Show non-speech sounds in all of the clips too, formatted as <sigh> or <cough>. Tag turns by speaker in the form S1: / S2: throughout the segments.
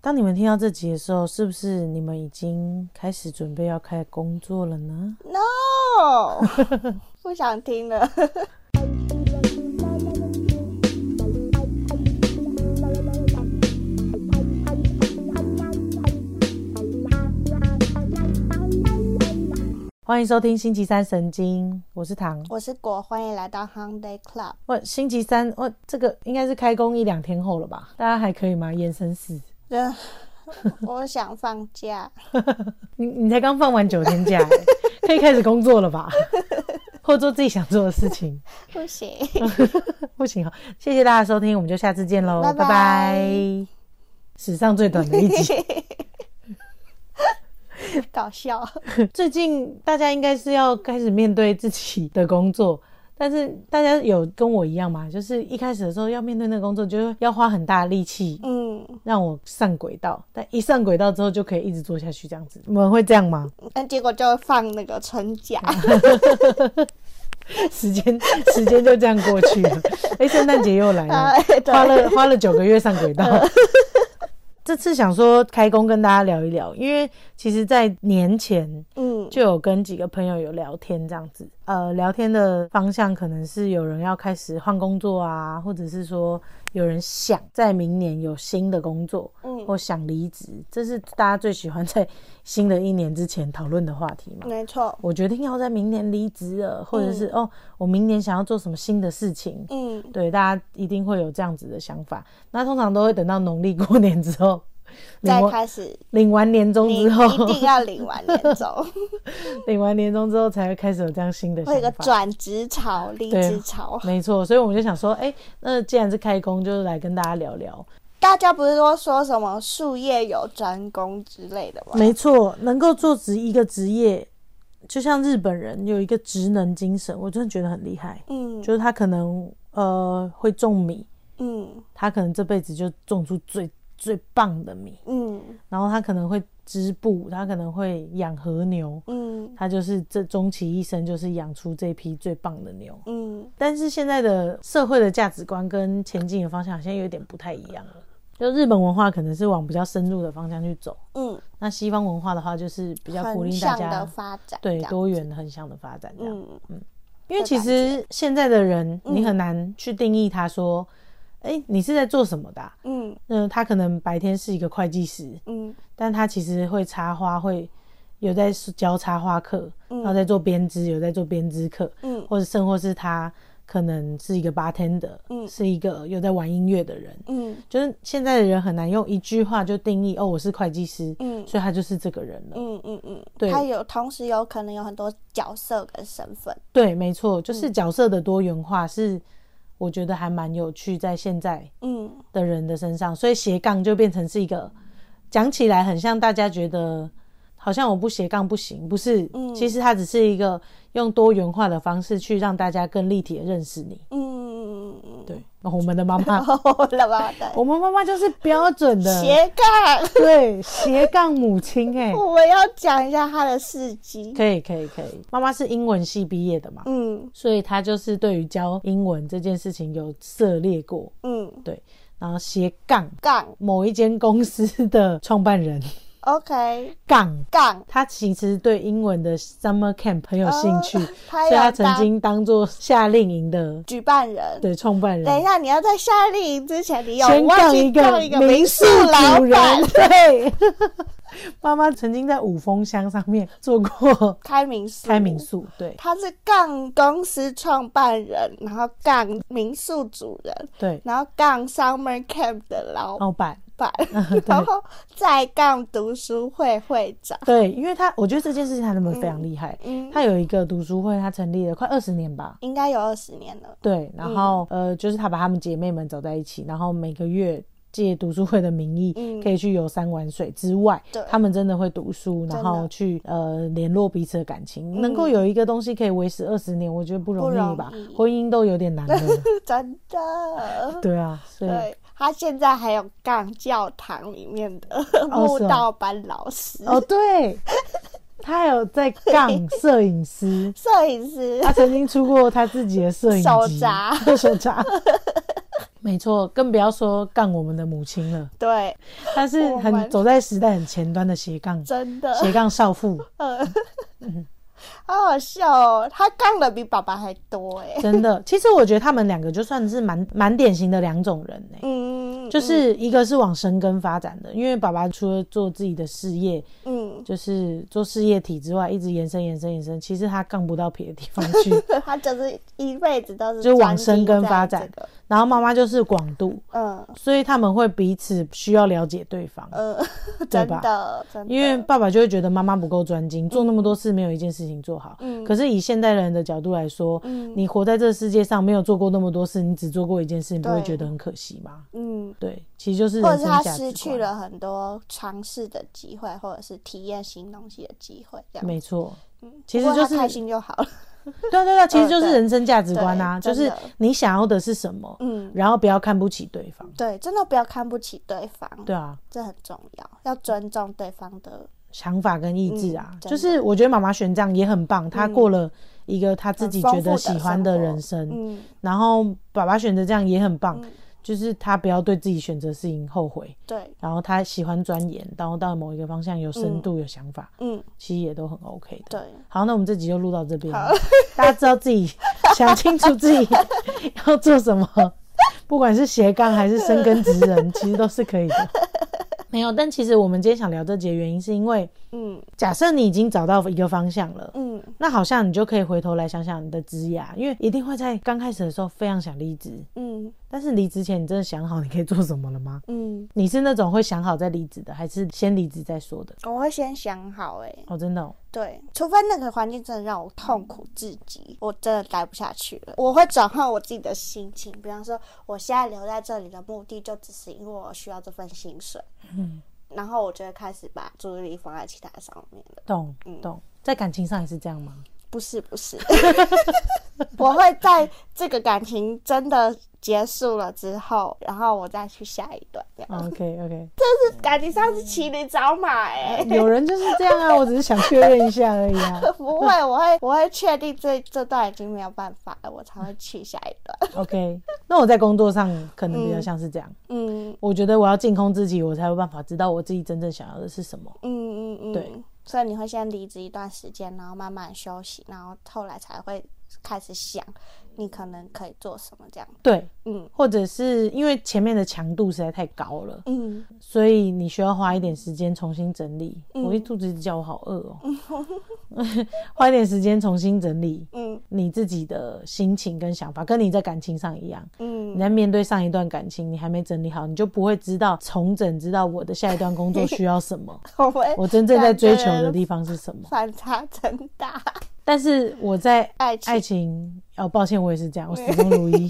S1: 当你们听到这集的时候，是不是你们已经开始准备要开始工作了呢？ <laughs>
S2: No，不 <laughs> 想听了。 <laughs>
S1: 欢迎收听星期三神经，我是唐。
S2: 我是果，欢迎来到 Holiday Club。
S1: 我星期三，我这个应该是开工一两天后了吧？大家还可以吗？眼神死，
S2: 真 <laughs> 的呃我想放假，
S1: 你你才刚放完九天假 <laughs> 欸，可以开始工作了吧？ <laughs> 或做自己想做的事情。
S2: 不 <laughs> 行。
S1: 不行哦，谢谢大家收听，我们就下次见喽，
S2: 拜拜
S1: 拜拜。史上最短的一集。
S2: 搞笑，
S1: <laughs> 最近大家应该是要开始面对自己的工作， <laughs> 但是大家有跟我一样嘛？就是一开始的时候要面对那个工作，就是要花很大的力气
S2: 嗯，
S1: 让我上轨道，但一上轨道之后就可以一直做下去，这样子，你们会这样吗？ <laughs>
S2: 但结果就放那个春假，
S1: 时间时间就这样过去
S2: <laughs>
S1: 了，哎、圣诞节又来了。
S2: 啊对
S1: 花了花了九个月上轨
S2: <laughs>
S1: 道。这次想说开工跟大家聊一聊，因为其实，在年前
S2: 嗯，
S1: 就有跟几个朋友有聊天这样子，呃，聊天的方向可能是有人要开始换工作啊，或者是说有人想在明年有新的工作，
S2: 嗯
S1: 或想离职，这是大家最喜欢在新的一年之前讨论的话题嘛。
S2: 没错，
S1: 我决定要在明年离职了，或者是、哦，我明年想要做什么新的事情，
S2: 嗯，
S1: 对，大家一定会有这样子的想法。那通常都会等到农历过年之后，领
S2: 再
S1: 完
S2: 开始，
S1: 领完年终
S2: 你
S1: 之
S2: 一定
S1: 后，
S2: 要领完年 <laughs> 终，
S1: 领完年终之后才会开始有这样新的
S2: 会有
S1: 想
S2: 一个
S1: 法。
S2: 转职潮、离职潮。
S1: 没错，所以我们就想说，哎、那既然是开工，就来跟大家聊聊。
S2: 大家不是都说什么术业有专攻之类的吗？
S1: 没错，能够做职一个职业，就像日本人有一个职能精神，我真的觉得很厉害。
S2: 嗯
S1: 就是他可能呃会种米，
S2: 嗯
S1: 他可能这辈子就种出最最棒的米，
S2: 嗯
S1: 然后他可能会织布，他可能会养和牛，
S2: 嗯
S1: 他就是这终其一生就是养出这批最棒的牛。
S2: 嗯，
S1: 但是现在的社会的价值观跟前进的方向好像有点不太一样了。就日本文化可能是往比较深入的方向去走，
S2: 嗯，
S1: 那西方文化的话就是比较鼓
S2: 横
S1: 励大
S2: 向的
S1: 家
S2: 发展，
S1: 对
S2: 这样
S1: 多元横向的发展这样。
S2: 嗯
S1: 因为其实现在的人，
S2: 嗯
S1: 你很难去定义他说，哎、你是在做什么的啊、
S2: 嗯
S1: 嗯，他可能白天是一个会计师，
S2: 嗯
S1: 但他其实会插花，会有在教插花课，
S2: 嗯
S1: 然后在做编织，有在做编织课，
S2: 嗯
S1: 或者甚或是他可能是一个 bartender，、
S2: 嗯
S1: 是一个有在玩音乐的人。
S2: 嗯
S1: 就是现在的人很难用一句话就定义哦，我是会计师，
S2: 嗯
S1: 所以他就是这个人了。
S2: 嗯嗯嗯，
S1: 对
S2: 他有同时有可能有很多角色跟身份，
S1: 对，没错，就是
S2: 嗯
S1: 角色的多元化是我觉得还蛮有趣，在现在
S2: 嗯
S1: 的人的身上，所以斜杠就变成是一个讲起来很像大家觉得好像我不斜杠不行，不是，
S2: 嗯
S1: 其实它只是一个用多元化的方式去让大家更立体的认识你。
S2: 嗯嗯，
S1: 对，我们的妈妈，
S2: 我的妈的，
S1: 我们妈妈就是标准的
S2: 斜哦杠，
S1: 对斜杠母亲哎、
S2: 我们要讲一下他的事迹，
S1: 可以可以可以，妈妈是英文系毕业的嘛，
S2: 嗯
S1: 所以她就是对于教英文这件事情有涉猎过，
S2: 嗯，
S1: 对，然后斜杠
S2: 杠
S1: 某一间公司的创办人
S2: ，OK，
S1: 杠
S2: 杠，
S1: 他其实对英文的 summer camp 很有兴趣，
S2: 哦他
S1: 所以他
S2: 有
S1: 曾
S2: 当
S1: 经当做夏令营的
S2: 举办人。
S1: 对创办
S2: 等一
S1: 人，
S2: 下，你要在夏令营之前，你有
S1: 宣
S2: 忘
S1: 告
S2: 记叫
S1: 个
S2: 一个
S1: 民
S2: 民
S1: 宿
S2: 宿老
S1: 主
S2: 板
S1: 人。
S2: <laughs>
S1: 对， <laughs> 妈妈曾经在五峰乡上面做过
S2: 开民宿，
S1: 开民
S2: 嗯
S1: 宿，对
S2: 他是杠公司创办人，然后杠民宿主人，
S1: 对，
S2: 然后杠 summer camp 的老
S1: 老板 <laughs>
S2: 板，
S1: 啊
S2: 然后再杠读书会会长。
S1: 对，因为他我觉得这件事情他们非常厉害，
S2: 嗯，
S1: 他有一个读书会，他成立了快二十年吧，
S2: 应该有二十年了。
S1: 对，然后、
S2: 嗯
S1: 呃，就是他把他们姐妹们找在一起，然后每个月借读书会的名义，
S2: 嗯
S1: 可以去游山玩水之外
S2: 对，
S1: 他们真的会读书，然
S2: 的嗯
S1: 后去呃联络彼此的感情，能够有一个东西可以维持二十年，我觉得不容易吧
S2: 不容易，
S1: 婚姻都有点
S2: <laughs>
S1: 难了。
S2: <laughs> 真的。
S1: 对啊，所以
S2: 对，他现在还有杠教堂里面的
S1: 哦
S2: <laughs> 慕
S1: 是哦
S2: 道班老师、
S1: 哦
S2: <laughs>
S1: 对，他还有在杠摄影师。
S2: 摄影师。
S1: 他曾经出过他自己的摄影
S2: 手
S1: 集
S2: 札
S1: 手札，没错，更不要说干我们的母亲了，
S2: 对，
S1: 她是
S2: 我
S1: 很
S2: 们
S1: 走在时代很前端的斜杠
S2: 真的，
S1: <laughs> 斜杠少妇，嗯
S2: <laughs> 好好笑哦，他杠的比爸爸还多 <laughs> 哎，
S1: 真的。其实我觉得他们两个就算是蛮蛮典型的两种人呢、
S2: 嗯，
S1: 就是一个是往深耕发展的，因为爸爸除了做自己的事业，
S2: 嗯，
S1: 就是做事业体之外，一直延伸延伸延伸，其实他杠不到别的地方去。
S2: <laughs> 嗯他就是一辈子都是
S1: 就往
S2: 专精
S1: 深耕
S2: 在
S1: 发
S2: 这
S1: 展
S2: 个
S1: 然后妈妈就是广度，
S2: 嗯
S1: 所以他们会彼此需要了解对方，
S2: 嗯，
S1: <laughs> 对
S2: 真
S1: 吧？
S2: 的真的，
S1: 因为爸爸就会觉得妈妈不够专精，做那么多事没有一件事情做好。
S2: 嗯
S1: 可是以现代人的角度来说，
S2: 嗯
S1: 你活在这世界上没有做过那么多事，你只做过一件事，你不会
S2: 对
S1: 觉得很可惜吗？
S2: 嗯。
S1: 对，其实就是
S2: 或
S1: 人
S2: 者是
S1: 生
S2: 他
S1: 价值
S2: 失去
S1: 观。
S2: 了很多尝试的机会，或者是体验新东西的机会，这样。
S1: 没错，其
S2: 不
S1: 实
S2: 过
S1: 就
S2: 他
S1: 是
S2: 开心就好了。
S1: 对啊对啊，其实就是
S2: 对
S1: 人生价值观啊，
S2: 对
S1: 就
S2: 真
S1: 是
S2: 的
S1: 你想要的是什么，
S2: 嗯，
S1: 然后不要看不起对方。
S2: 对，真的不要看不起对方，
S1: 对啊，
S2: 这很重要，要尊重对方的。
S1: 想法跟意志啊，
S2: 嗯真的嗯
S1: 就是我觉得妈妈玄奘也很棒，她过了一个她自己觉得喜欢的人生，
S2: 嗯，
S1: 然后爸爸选择这样也很棒，
S2: 嗯
S1: 就是他不要对自己选择事情后悔，
S2: 对，
S1: 然后他喜欢钻研，然后到某一个方向有深度、有想法，
S2: 嗯，
S1: 其实也都很 OK 的。
S2: 对，
S1: 好，那我们这集就录到这边，大家知道自己想清楚自己要做什么， <laughs> 不管是斜杠还是深耕职人，其实都是可以的。没有，但其实我们今天想聊这集的原因，是因为
S2: 嗯
S1: 假设你已经找到一个方向了。
S2: 嗯
S1: 那好像你就可以回头来想想你的职涯，因为一定会在刚开始的时候非常想离职，
S2: 嗯
S1: 但是离职前你真的想好你可以做什么了吗？
S2: 嗯，
S1: 你是那种会想好再离职的，还是先离职再说的？
S2: 我会先想好、欸，哎，
S1: 哦，真的、哦，
S2: 对，除非那个环境真的让我痛苦至极，我真的待不下去了。我会转换我自己的心情，比方说，我现在留在这里的目的就只是因为我需要这份薪水，嗯，然后我就会开始把注意力放在其他上面了。
S1: 懂懂，在感情上也是这样吗？
S2: 不是不是， <laughs> 我会在这个感情真的结束了之后，然后我再去下一段，这样。
S1: OK OK，
S2: 这是感情上是骑驴找马哎、
S1: 有人就是这样啊，我只是想确认一下而已啊。
S2: <laughs> 不会，我会我会确定这这段已经没有办法了，我才会去下一段。
S1: OK，那我在工作上可能比较像是这样，
S2: 嗯
S1: 我觉得我要净空自己，我才有办法知道我自己真正想要的是什么。
S2: 嗯嗯嗯，
S1: 对。
S2: 所以你会先离职一段时间，然后慢慢休息，然后后来才会开始想你可能可以做什么这样。
S1: 对，
S2: 嗯
S1: 或者是因为前面的强度实在太高了，
S2: 嗯，
S1: 所以你需要花一点时间重新整理。
S2: 嗯
S1: 我一肚子叫我好饿哦， <laughs> 花一点时间重新整理
S2: 嗯
S1: 你自己的心情跟想法，跟你在感情上一样。你
S2: 嗯， <laughs>
S1: 在面对上一段感情，你还没整理好，你就不会知道重整，知道我的下一段工作需要什么，
S2: 我会
S1: 我真正在追求的地方是什么。
S2: <laughs> 反差真大，
S1: 但是我在
S2: 爱情。
S1: 爱情，哦，抱歉，我也是这样，我始终如一，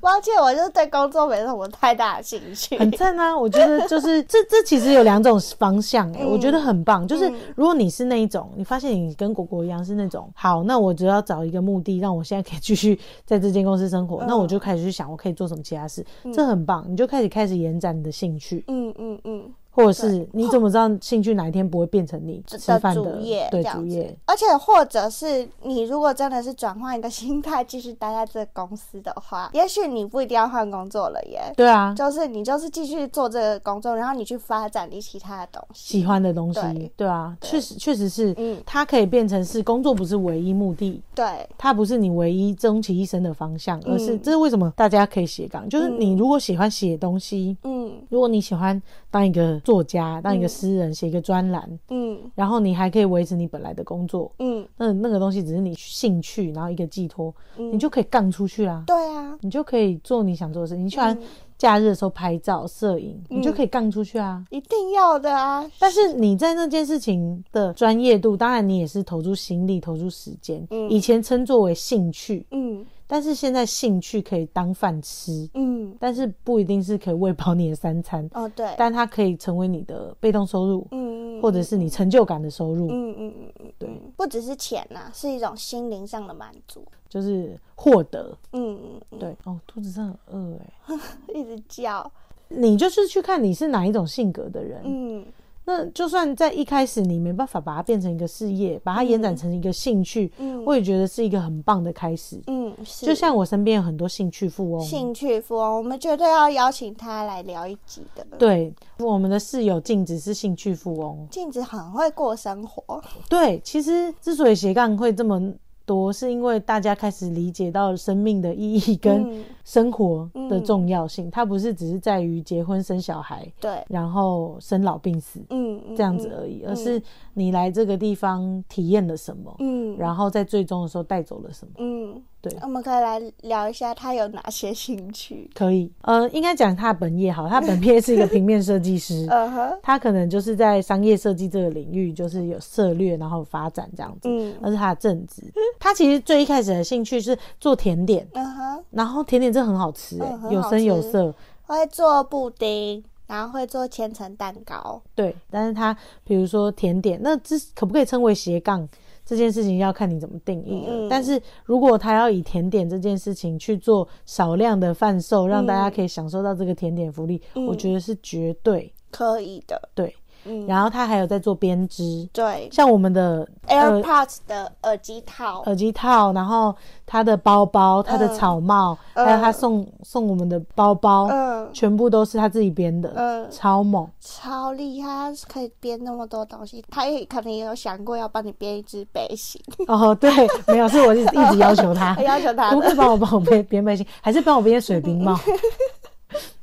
S2: 抱歉，我就是对工作没什么太大的兴趣。
S1: 很赞啊！我觉得就是这这其实有两种方向、欸，我觉得很棒。就是如果你是那一种，你发现你跟果果一样是那种，好，那我只要找一个目的，让我现在可以继续在这间公司生活，那我就开始去想我可以做什么其他事，这很棒。你就开始开始延展你的兴趣，
S2: <laughs> 嗯嗯嗯，
S1: 或者是你怎么知道兴趣哪一天不会变成你吃饭
S2: 主业
S1: 对
S2: 这样
S1: 主业
S2: 子，。而且或者是你如果真的是转换一个心态，继续待在这个公司的话，也许你不一定要换工作了耶。
S1: 对啊，
S2: 就是你就是继续做这个工作，然后你去发展你其他的东西。
S1: 喜欢的东西，
S2: 对
S1: 对啊，确实确实是，
S2: 嗯
S1: 它可以变成是工作不是唯一目的，
S2: 对，
S1: 它不是你唯一终其一生的方向，而是
S2: 嗯
S1: 这是为什么大家可以斜杠，就是你如果喜欢写东西，
S2: 嗯
S1: 如果你喜欢当一个作家，当一个诗人，写一个专栏，
S2: 嗯
S1: 然后你还可以维持你本来的工作，
S2: 嗯，
S1: 那那个东西只是你兴趣，然后一个寄托，你就可以杠出去啦。
S2: 对啊，嗯
S1: 你就可以做你想做的事。你喜欢假日的时候拍照、摄影，你就可以杠出去啊。
S2: 一定要的啊。
S1: 但是你在那件事情的专业度，当然你也是投入心力、投入时间。以前称作为兴趣，
S2: 嗯
S1: 但是现在兴趣可以当饭吃，
S2: 嗯，
S1: 但是不一定是可以喂饱你的三餐，
S2: 哦对，
S1: 但它可以成为你的被动收入，
S2: 嗯嗯
S1: 或者是你成就感的收入，
S2: 嗯嗯嗯嗯，对，不只是钱呐、是一种心灵上的满足。
S1: 就是获得。
S2: 嗯，嗯
S1: 对，哦，肚子真的很饿哎，
S2: 嗯一直叫，
S1: 你就是去看你是哪一种性格的人。
S2: 嗯
S1: 那就算在一开始你没办法把它变成一个事业，把它延展成一个兴趣，我也觉得是一个很棒的开始。
S2: 嗯，是
S1: 就像我身边有很多兴趣富翁，
S2: 兴趣富翁，我们绝对要邀请他来聊一集的。
S1: 对，我们的室友静子是兴趣富翁。
S2: 镜子很会过生活，
S1: 对，其实之所以斜杠会这么多，是因为大家开始理解到生命的意义跟
S2: 嗯
S1: 生活的重要性，它不是只是在于结婚生小孩，
S2: 对，
S1: 然后生老病死
S2: 嗯，嗯
S1: 这样子，而已，而是你来这个地方体验了什么，
S2: 嗯嗯
S1: 然后在最终的时候带走了什么。
S2: 嗯，
S1: 对
S2: 我们可以来聊一下他有哪些兴趣。，
S1: 可以，呃，应该讲他的本业好，他本业是一个平面设计师
S2: <laughs> 嗯哼，
S1: 他可能就是在商业设计这个领域，就是有策略，然后有发展这样子，
S2: 嗯
S1: 那是他的正职。他其实最一开始的兴趣是做甜点，
S2: 嗯哼，
S1: 然后甜点真的很好吃、欸，
S2: 嗯很
S1: 有
S2: 好
S1: 声有
S2: 吃
S1: 色。
S2: 会做布丁，然后会做千层蛋糕。
S1: 对，但是他比如说甜点，那这可不可以称为斜杠？这件事情要看你怎么定义了。
S2: 嗯
S1: 但是如果他要以甜点这件事情去做少量的贩售，让
S2: 嗯
S1: 大家可以享受到这个甜点福利，我觉得是绝对
S2: 可以的，
S1: 对。
S2: 嗯
S1: 然后他还有在做编织，
S2: 对
S1: 像我们的呃
S2: ，AirPods 的耳机套，
S1: 耳机套，然后他的包包、他的草帽，还有他送送我们的包包，
S2: 嗯
S1: 全部都是他自己编的，
S2: 嗯
S1: 超猛。
S2: 超厉害，他可以编那么多东西。他也可能也有想过要帮你编一只背心，，
S1: 哦，对，没有，是我一直一直要求他
S2: <laughs> 要求
S1: <laughs>
S2: 他
S1: 啊可不可以
S2: 的，
S1: 帮我帮我编编背心，还是帮我编水瓶帽？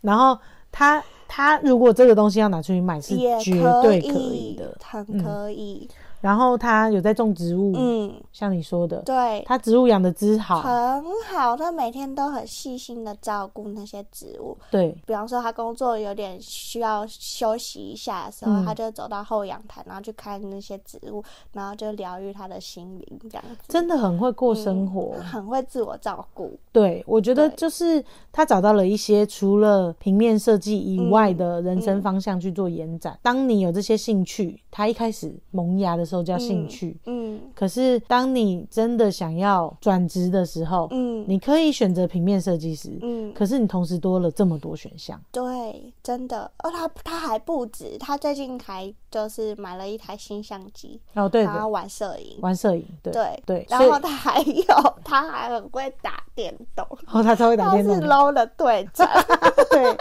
S1: 然后他他如果这个东西要拿出去卖，是
S2: 也
S1: 绝
S2: 可
S1: 对可以的。嗯
S2: 很可以，
S1: 然后他有在种植物，
S2: 嗯，
S1: 像你说的，
S2: 对。
S1: 他植物养的之好，
S2: 很好，他每天都很细心的照顾那些植物。
S1: 对
S2: 比方说，他工作有点需要休息一下的时候，
S1: 嗯
S2: 他就走到后阳台，然后去看那些植物，然后就疗愈他的心灵，这样子。
S1: 真的很会过生活。
S2: 很会自我照顾。
S1: 对，我觉得
S2: 嗯对
S1: 就是他找到了一些除了平面设计以
S2: 嗯
S1: 外的人生方向去做延展。当你有这些兴趣，他一开始萌芽的时候叫兴趣，
S2: 嗯
S1: 可是当你真的想要转职的时候，
S2: 嗯
S1: 你可以选择平面设计师，
S2: 嗯，
S1: 可是你同时多了这么多选项。
S2: 对，真的。哦，他他还不止，他最近还就是买了一台新相机，
S1: 哦，对
S2: 然后
S1: 的，
S2: 玩摄影。
S1: 玩摄影，对
S2: 对
S1: 对，
S2: 然
S1: 所以
S2: 后他还有，他还很会打电动，
S1: 哦，他超会 <laughs> 打
S2: 他
S1: 电
S2: 是
S1: 动的，
S2: LO 的队长， <laughs>
S1: 对，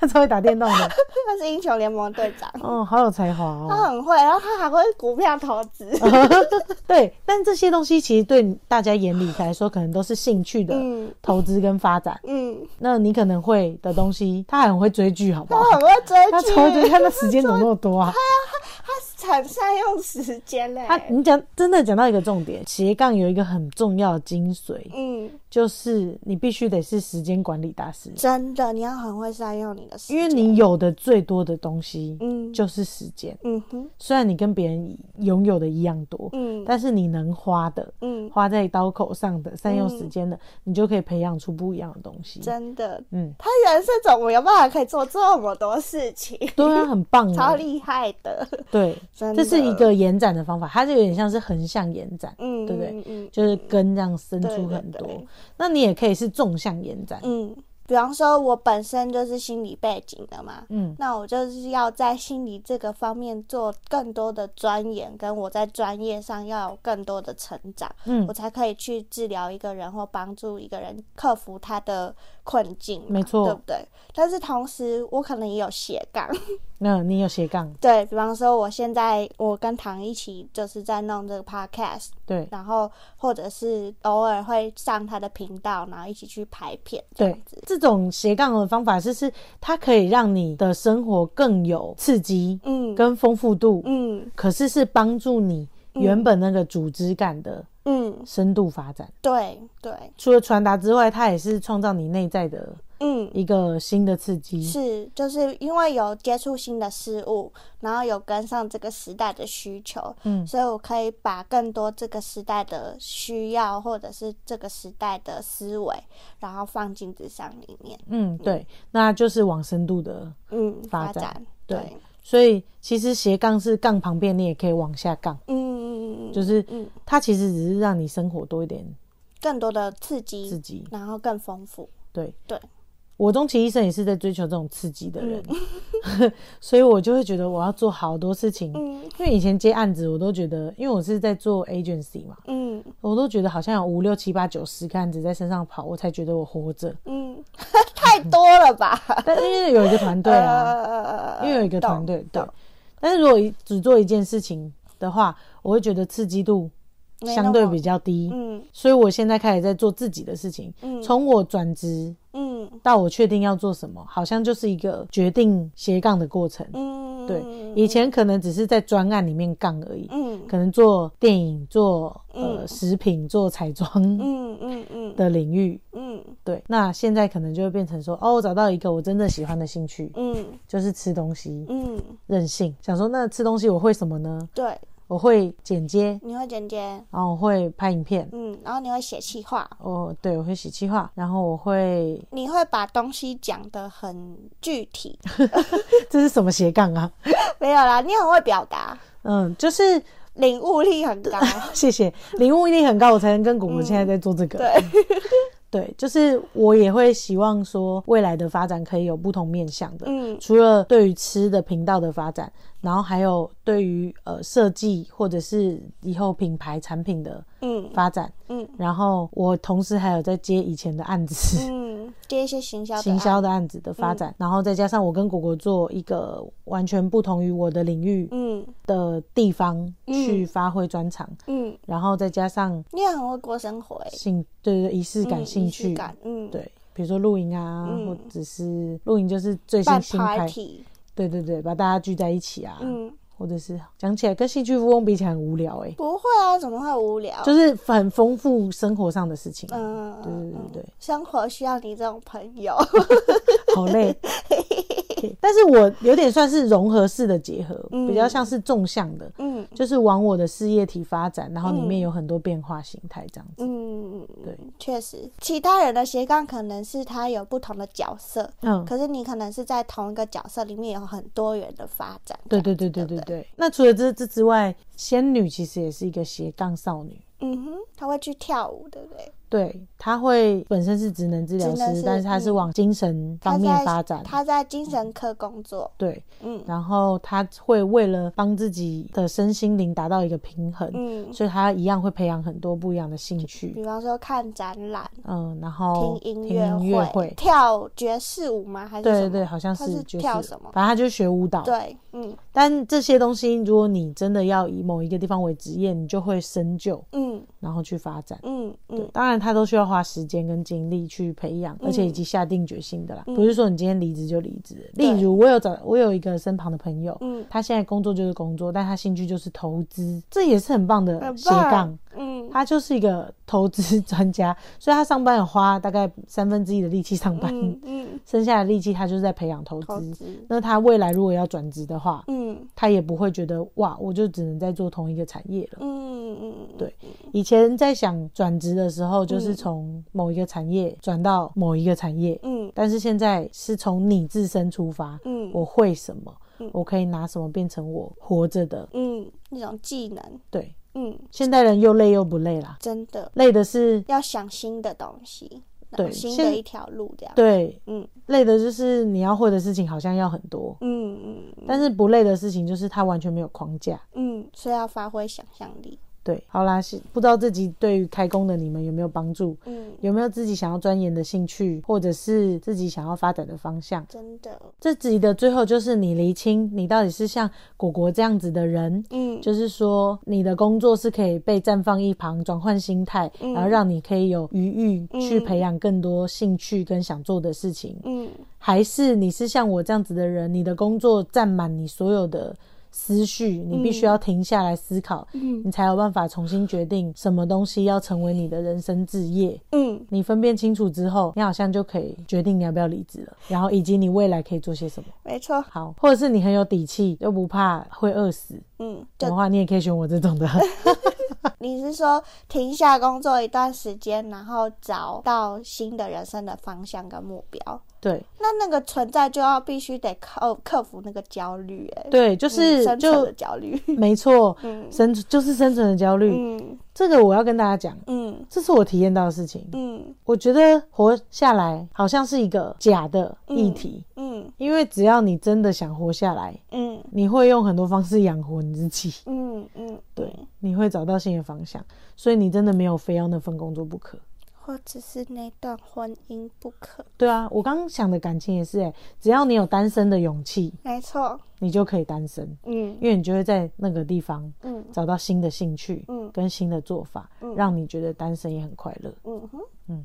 S1: 他超会打电动的，
S2: 他是英雄联盟队长，
S1: 哦，好有才华哦。
S2: 他很会，然后他还会股票投资。哦
S1: <laughs> 对，但这些东西其实对大家眼里来说，可能都是兴趣的
S2: 嗯
S1: 投资跟发展。
S2: <laughs> 嗯，
S1: 那你可能会的东西，他很会追剧，好不
S2: 他
S1: 好？
S2: 很会
S1: 他
S2: 哦追
S1: 超会追剧，
S2: 剧，
S1: 他的时间怎么那么多
S2: <laughs>
S1: 啊？
S2: 他 <laughs> 很善用时间嘞。
S1: 他你讲真的讲到一个重点，斜杠有一个很重要的精髓，
S2: 嗯，
S1: 就是你必须得是时间管理大师，
S2: 真的，你要很会善用你的时
S1: 因
S2: 间，
S1: 为你有的最多的东西
S2: 嗯
S1: 就是时间。
S2: 嗯哼
S1: 虽然你跟别人拥有的一样多，
S2: 嗯
S1: 但是你能花的、
S2: 嗯，
S1: 花在刀口上的、善用时间的，你就可以培养出不一样的东西。
S2: 真的，
S1: 嗯，
S2: 他人生怎么有办法可以做这么多事情？
S1: 对啊，很棒
S2: 超
S1: 啊！
S2: 厉害的，
S1: 对，
S2: 嗯真的
S1: 这是一个延展的方法，它就有点像是横向延展，
S2: 嗯，
S1: 对不对？
S2: 嗯
S1: 就是根这样伸
S2: 对
S1: 出
S2: 对
S1: 很多。
S2: 对
S1: 那你也可以是纵向延展，
S2: 嗯，比方说，我本身就是心理背景的嘛，
S1: 嗯，
S2: 那我就是要在心理这个方面做更多的钻研，跟我在专业上要有更多的成长，
S1: 嗯
S2: 我才可以去治疗一个人或帮助一个人克服他的困境嘛，
S1: 没错
S2: 对不对？但是同时，我可能也有斜杠， <laughs>
S1: 那你有斜杠，
S2: 对比方说，我现在我跟唐一起就是在弄这个 podcast，
S1: 对
S2: 然后或者是偶尔会上他的频道，然后一起去拍片这
S1: 对
S2: 样子。，
S1: 这种斜杠的方法就是它可以让你的生活更有刺激
S2: 嗯
S1: 跟丰富度，
S2: 嗯
S1: 可是是帮助你原本那个组织感的
S2: 嗯，
S1: 深度发展。
S2: 对对，
S1: 除了传达之外，它也是创造你内在的
S2: 嗯。
S1: 一个新的刺激。
S2: 是，就是因为有接触新的事物，然后有跟上这个时代的需求，
S1: 嗯
S2: 所以我可以把更多这个时代的需要，或者是这个时代的思维，然后放进纸箱里面，
S1: 嗯，对，那就是往深度的。
S2: 嗯，
S1: 发
S2: 发
S1: 展对
S2: 对，
S1: 所以其实斜杠是杠旁边，你也可以往下杠，
S2: 嗯，
S1: 就是
S2: 嗯
S1: 它其实只是让你生活多一点
S2: 更多的刺
S1: 刺
S2: 激，
S1: 激。
S2: 然后更丰富。
S1: 对
S2: 对，
S1: 我终其一生也是在追求这种刺激的人，
S2: 嗯
S1: <laughs> 所以我就会觉得我要做好多事情。因为以前接案子，我都觉得，因为我是在做 agency 嘛，
S2: 嗯
S1: 我都觉得好像有五六七八九十个案子在身上跑，我才觉得我活着。
S2: 嗯， <laughs> 太多了
S1: <laughs>
S2: 吧？
S1: 但因为有一个团队啊，
S2: <laughs> 呃
S1: 因为有一个团队，对
S2: 懂懂。
S1: 但是如果一只做一件事情的话，我会觉得刺激度
S2: 没那
S1: 相对
S2: 么
S1: 比较低，
S2: 嗯
S1: 所以我现在开始在做自己的事情。从我转职
S2: 嗯
S1: 到我确定要做什么，好像就是一个决定斜杠的过程。
S2: 嗯，
S1: 对，以前可能只是在专案里面杠而已，
S2: 嗯
S1: 可能做电影、做呃食品、做彩妆
S2: 嗯嗯嗯
S1: 的领域。
S2: 嗯
S1: 对，那现在可能就会变成说，哦，我找到一个我真的喜欢的兴趣，
S2: 嗯
S1: 就是吃东西，
S2: 嗯，
S1: 任性。想说那吃东西我会什么呢？
S2: 对，
S1: 我会剪接，
S2: 你会剪接，
S1: 然后我会拍影片，
S2: 嗯，然后你会写企划，
S1: 哦，对，我会写企划，然后我会 <laughs>
S2: 你会把东西讲得很具体， <laughs>
S1: 这是什么斜杠啊？
S2: 没有啦，你很会表达，
S1: 嗯，就是
S2: 领悟力很高，
S1: 谢谢，领悟力很高，我才能跟果果现在在做这个。
S2: 对，
S1: <laughs> 对，就是我也会希望说未来的发展可以有不同面向的，
S2: <laughs> 嗯
S1: 除了对于吃的频道的发展，然后还有对于呃设计或者是以后品牌产品的
S2: 嗯
S1: 发展，
S2: 嗯
S1: 然后我同时还有在接以前的案子。
S2: 嗯，接一些
S1: <laughs>
S2: 行销的
S1: 行
S2: 案，嗯
S1: 销的案子的发展，然后再加上我跟果果做一个完全不同于我的领域
S2: 嗯
S1: 的地方去发挥专长，
S2: 嗯，
S1: 然后再加上
S2: 你也很会过生活欸，
S1: 兴对对对仪式感
S2: 嗯
S1: 兴
S2: 仪式
S1: 趣，
S2: 感，嗯，，
S1: 对，比如说露营啊，
S2: 嗯
S1: 或者是露营就是最新
S2: 办
S1: 新开，
S2: party，
S1: 对对对，把大家聚在一起啊，
S2: 嗯，
S1: 或者是讲起来跟兴趣富翁比起来很无聊哎、
S2: 不会啊，怎么会无聊？
S1: 就是很丰富生活上的事情，
S2: 嗯，
S1: 对对对对。
S2: 生活需要你这种朋
S1: <laughs>
S2: 友，
S1: 好
S2: <laughs>
S1: 累。对但是我有点算是融合式的结合，比较像是纵向的，
S2: 嗯
S1: 就是往我的事业体发展，然后里面有很多变化形态这样子。
S2: 嗯，
S1: 对，
S2: 确实，其他人的斜杠可能是他有不同的角色，
S1: 嗯，
S2: 可是你可能是在同一个角色里面有很多元的发展。
S1: 对对对对
S2: 这样子
S1: 对
S2: 不对。
S1: 对。那除了这这之外，仙女其实也是一个斜杠少女。
S2: 嗯哼，他会去跳舞，对不对？
S1: 对，她会本身是职能治疗
S2: 职能
S1: 师，
S2: 是
S1: 但是她是
S2: 嗯
S1: 往精神方面发展。
S2: 他在精神科工作。
S1: 对，
S2: 嗯
S1: 然后她会为了帮自己的身心灵达到一个平衡，
S2: 嗯，
S1: 所以她一样会培养很多不一样的兴趣。
S2: 比方说看展览、
S1: 嗯，然后
S2: 听音
S1: 乐
S2: 乐跳爵士舞吗？还是
S1: 对
S2: 什
S1: 对
S2: 么
S1: 对，好像
S2: 他
S1: 是
S2: 是
S1: 就是
S2: 跳什么
S1: 反正他就是学舞蹈。
S2: 对，嗯
S1: 但这些东西，如果你真的要以某一个地方为职业，你就会深究，
S2: 嗯
S1: 然后去发展。
S2: 嗯嗯
S1: 当然，他都需要花时间跟精力去培养，而且以及下定决心的啦，不是说你今天离职就离职。
S2: 嗯对
S1: 例如，我有找我有一个身旁的朋友，
S2: 嗯
S1: 他现在工作就是工作，但他兴趣就是投资，这也是很棒的
S2: 很
S1: 斜
S2: 棒
S1: 杠。
S2: 嗯
S1: 他就是一个投资专家， <laughs> 所以他上班有花大概三分之一的力气上班，
S2: 嗯嗯，
S1: 剩下的力气他就是在培养投
S2: 投
S1: 资。
S2: 资，
S1: 那他未来如果要转职的话，
S2: 嗯
S1: 他也不会觉得哇，我就只能在做同一个产业了。
S2: 嗯嗯，
S1: 对以前在想转职的时候，就是从某一个产业转到某一个产业，
S2: 嗯
S1: 但是现在是从你自身出发，
S2: 嗯
S1: 我会什么
S2: 嗯，
S1: 我可以拿什么变成我活着的。
S2: 嗯那种技能，
S1: 对，
S2: 嗯，
S1: 现代人又累又不累啦，
S2: 真的
S1: 累的是
S2: 要想新的东西，然后
S1: 对
S2: 新
S1: 现
S2: 的一条路这样，
S1: 对，
S2: 嗯
S1: 累的就是你要会的事情好像要很多，
S2: 嗯嗯
S1: 但是不累的事情就是它完全没有框架。
S2: 嗯，所以要发挥想象力，
S1: 对，好啦，是不知道这集对于开工的你们有没有帮助？
S2: 嗯，
S1: 有没有自己想要钻研的兴趣，或者是自己想要发展的方向？
S2: 真的，
S1: 这集的最后就是你厘清，你到底是像果果这样子的人，
S2: 嗯
S1: 就是说你的工作是可以被暂放一旁，转换心态，
S2: 嗯
S1: 然后让你可以有余裕
S2: 嗯
S1: 去培养更多兴趣跟想做的事情，
S2: 嗯
S1: 还是你是像我这样子的人，你的工作占满你所有的思绪，
S2: 嗯
S1: 你必须要停下来思考，你才有办法重新决定什么东西要成为你的人生置业。
S2: 嗯，
S1: 你分辨清楚之后，你好像就可以决定你要不要离职了，然后以及你未来可以做些什么。
S2: 没错，
S1: 好，或者是你很有底气，又不怕会饿死
S2: 嗯，就 <laughs>
S1: 的话，你也可以选我这种的。
S2: 你是说停下工作一段时间，然后找到新的人生的方向跟目标？
S1: 对
S2: 那那个存在就要必须得克克服那个焦虑、哎，
S1: 对，就
S2: 嗯
S1: 是
S2: 生存
S1: 就
S2: 的焦虑。
S1: 没错，
S2: 嗯
S1: 生存就是生存的焦虑。
S2: 嗯
S1: 这个我要跟大家讲，
S2: 嗯
S1: 这是我体验到的事情。
S2: 嗯
S1: 我觉得活下来好像是一个假的议题，
S2: 嗯
S1: 因为只要你真的想活下来，
S2: 嗯
S1: 你会用很多方式养活你自己，
S2: 嗯嗯，
S1: 对，你会找到新的方向，所以你真的没有非要那份工作不可。
S2: 或者是那段婚姻不可，
S1: 对啊，我刚想的感情也是、欸，只要你有单身的勇气，
S2: 没错。
S1: 你就可以单身，
S2: 嗯
S1: 因为你就会在那个地方
S2: 嗯
S1: 找到新的兴趣，
S2: 嗯
S1: 跟新的做法，让你觉得单身也很快乐。
S2: 嗯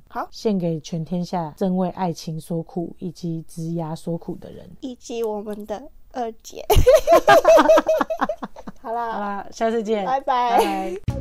S2: 哼，
S1: 献给全天下正为爱情所苦以及职涯所苦的人。
S2: 以及我们的 <laughs> 二姐。好
S1: 好
S2: 啦，
S1: 啦，下次见，
S2: 拜拜
S1: 拜拜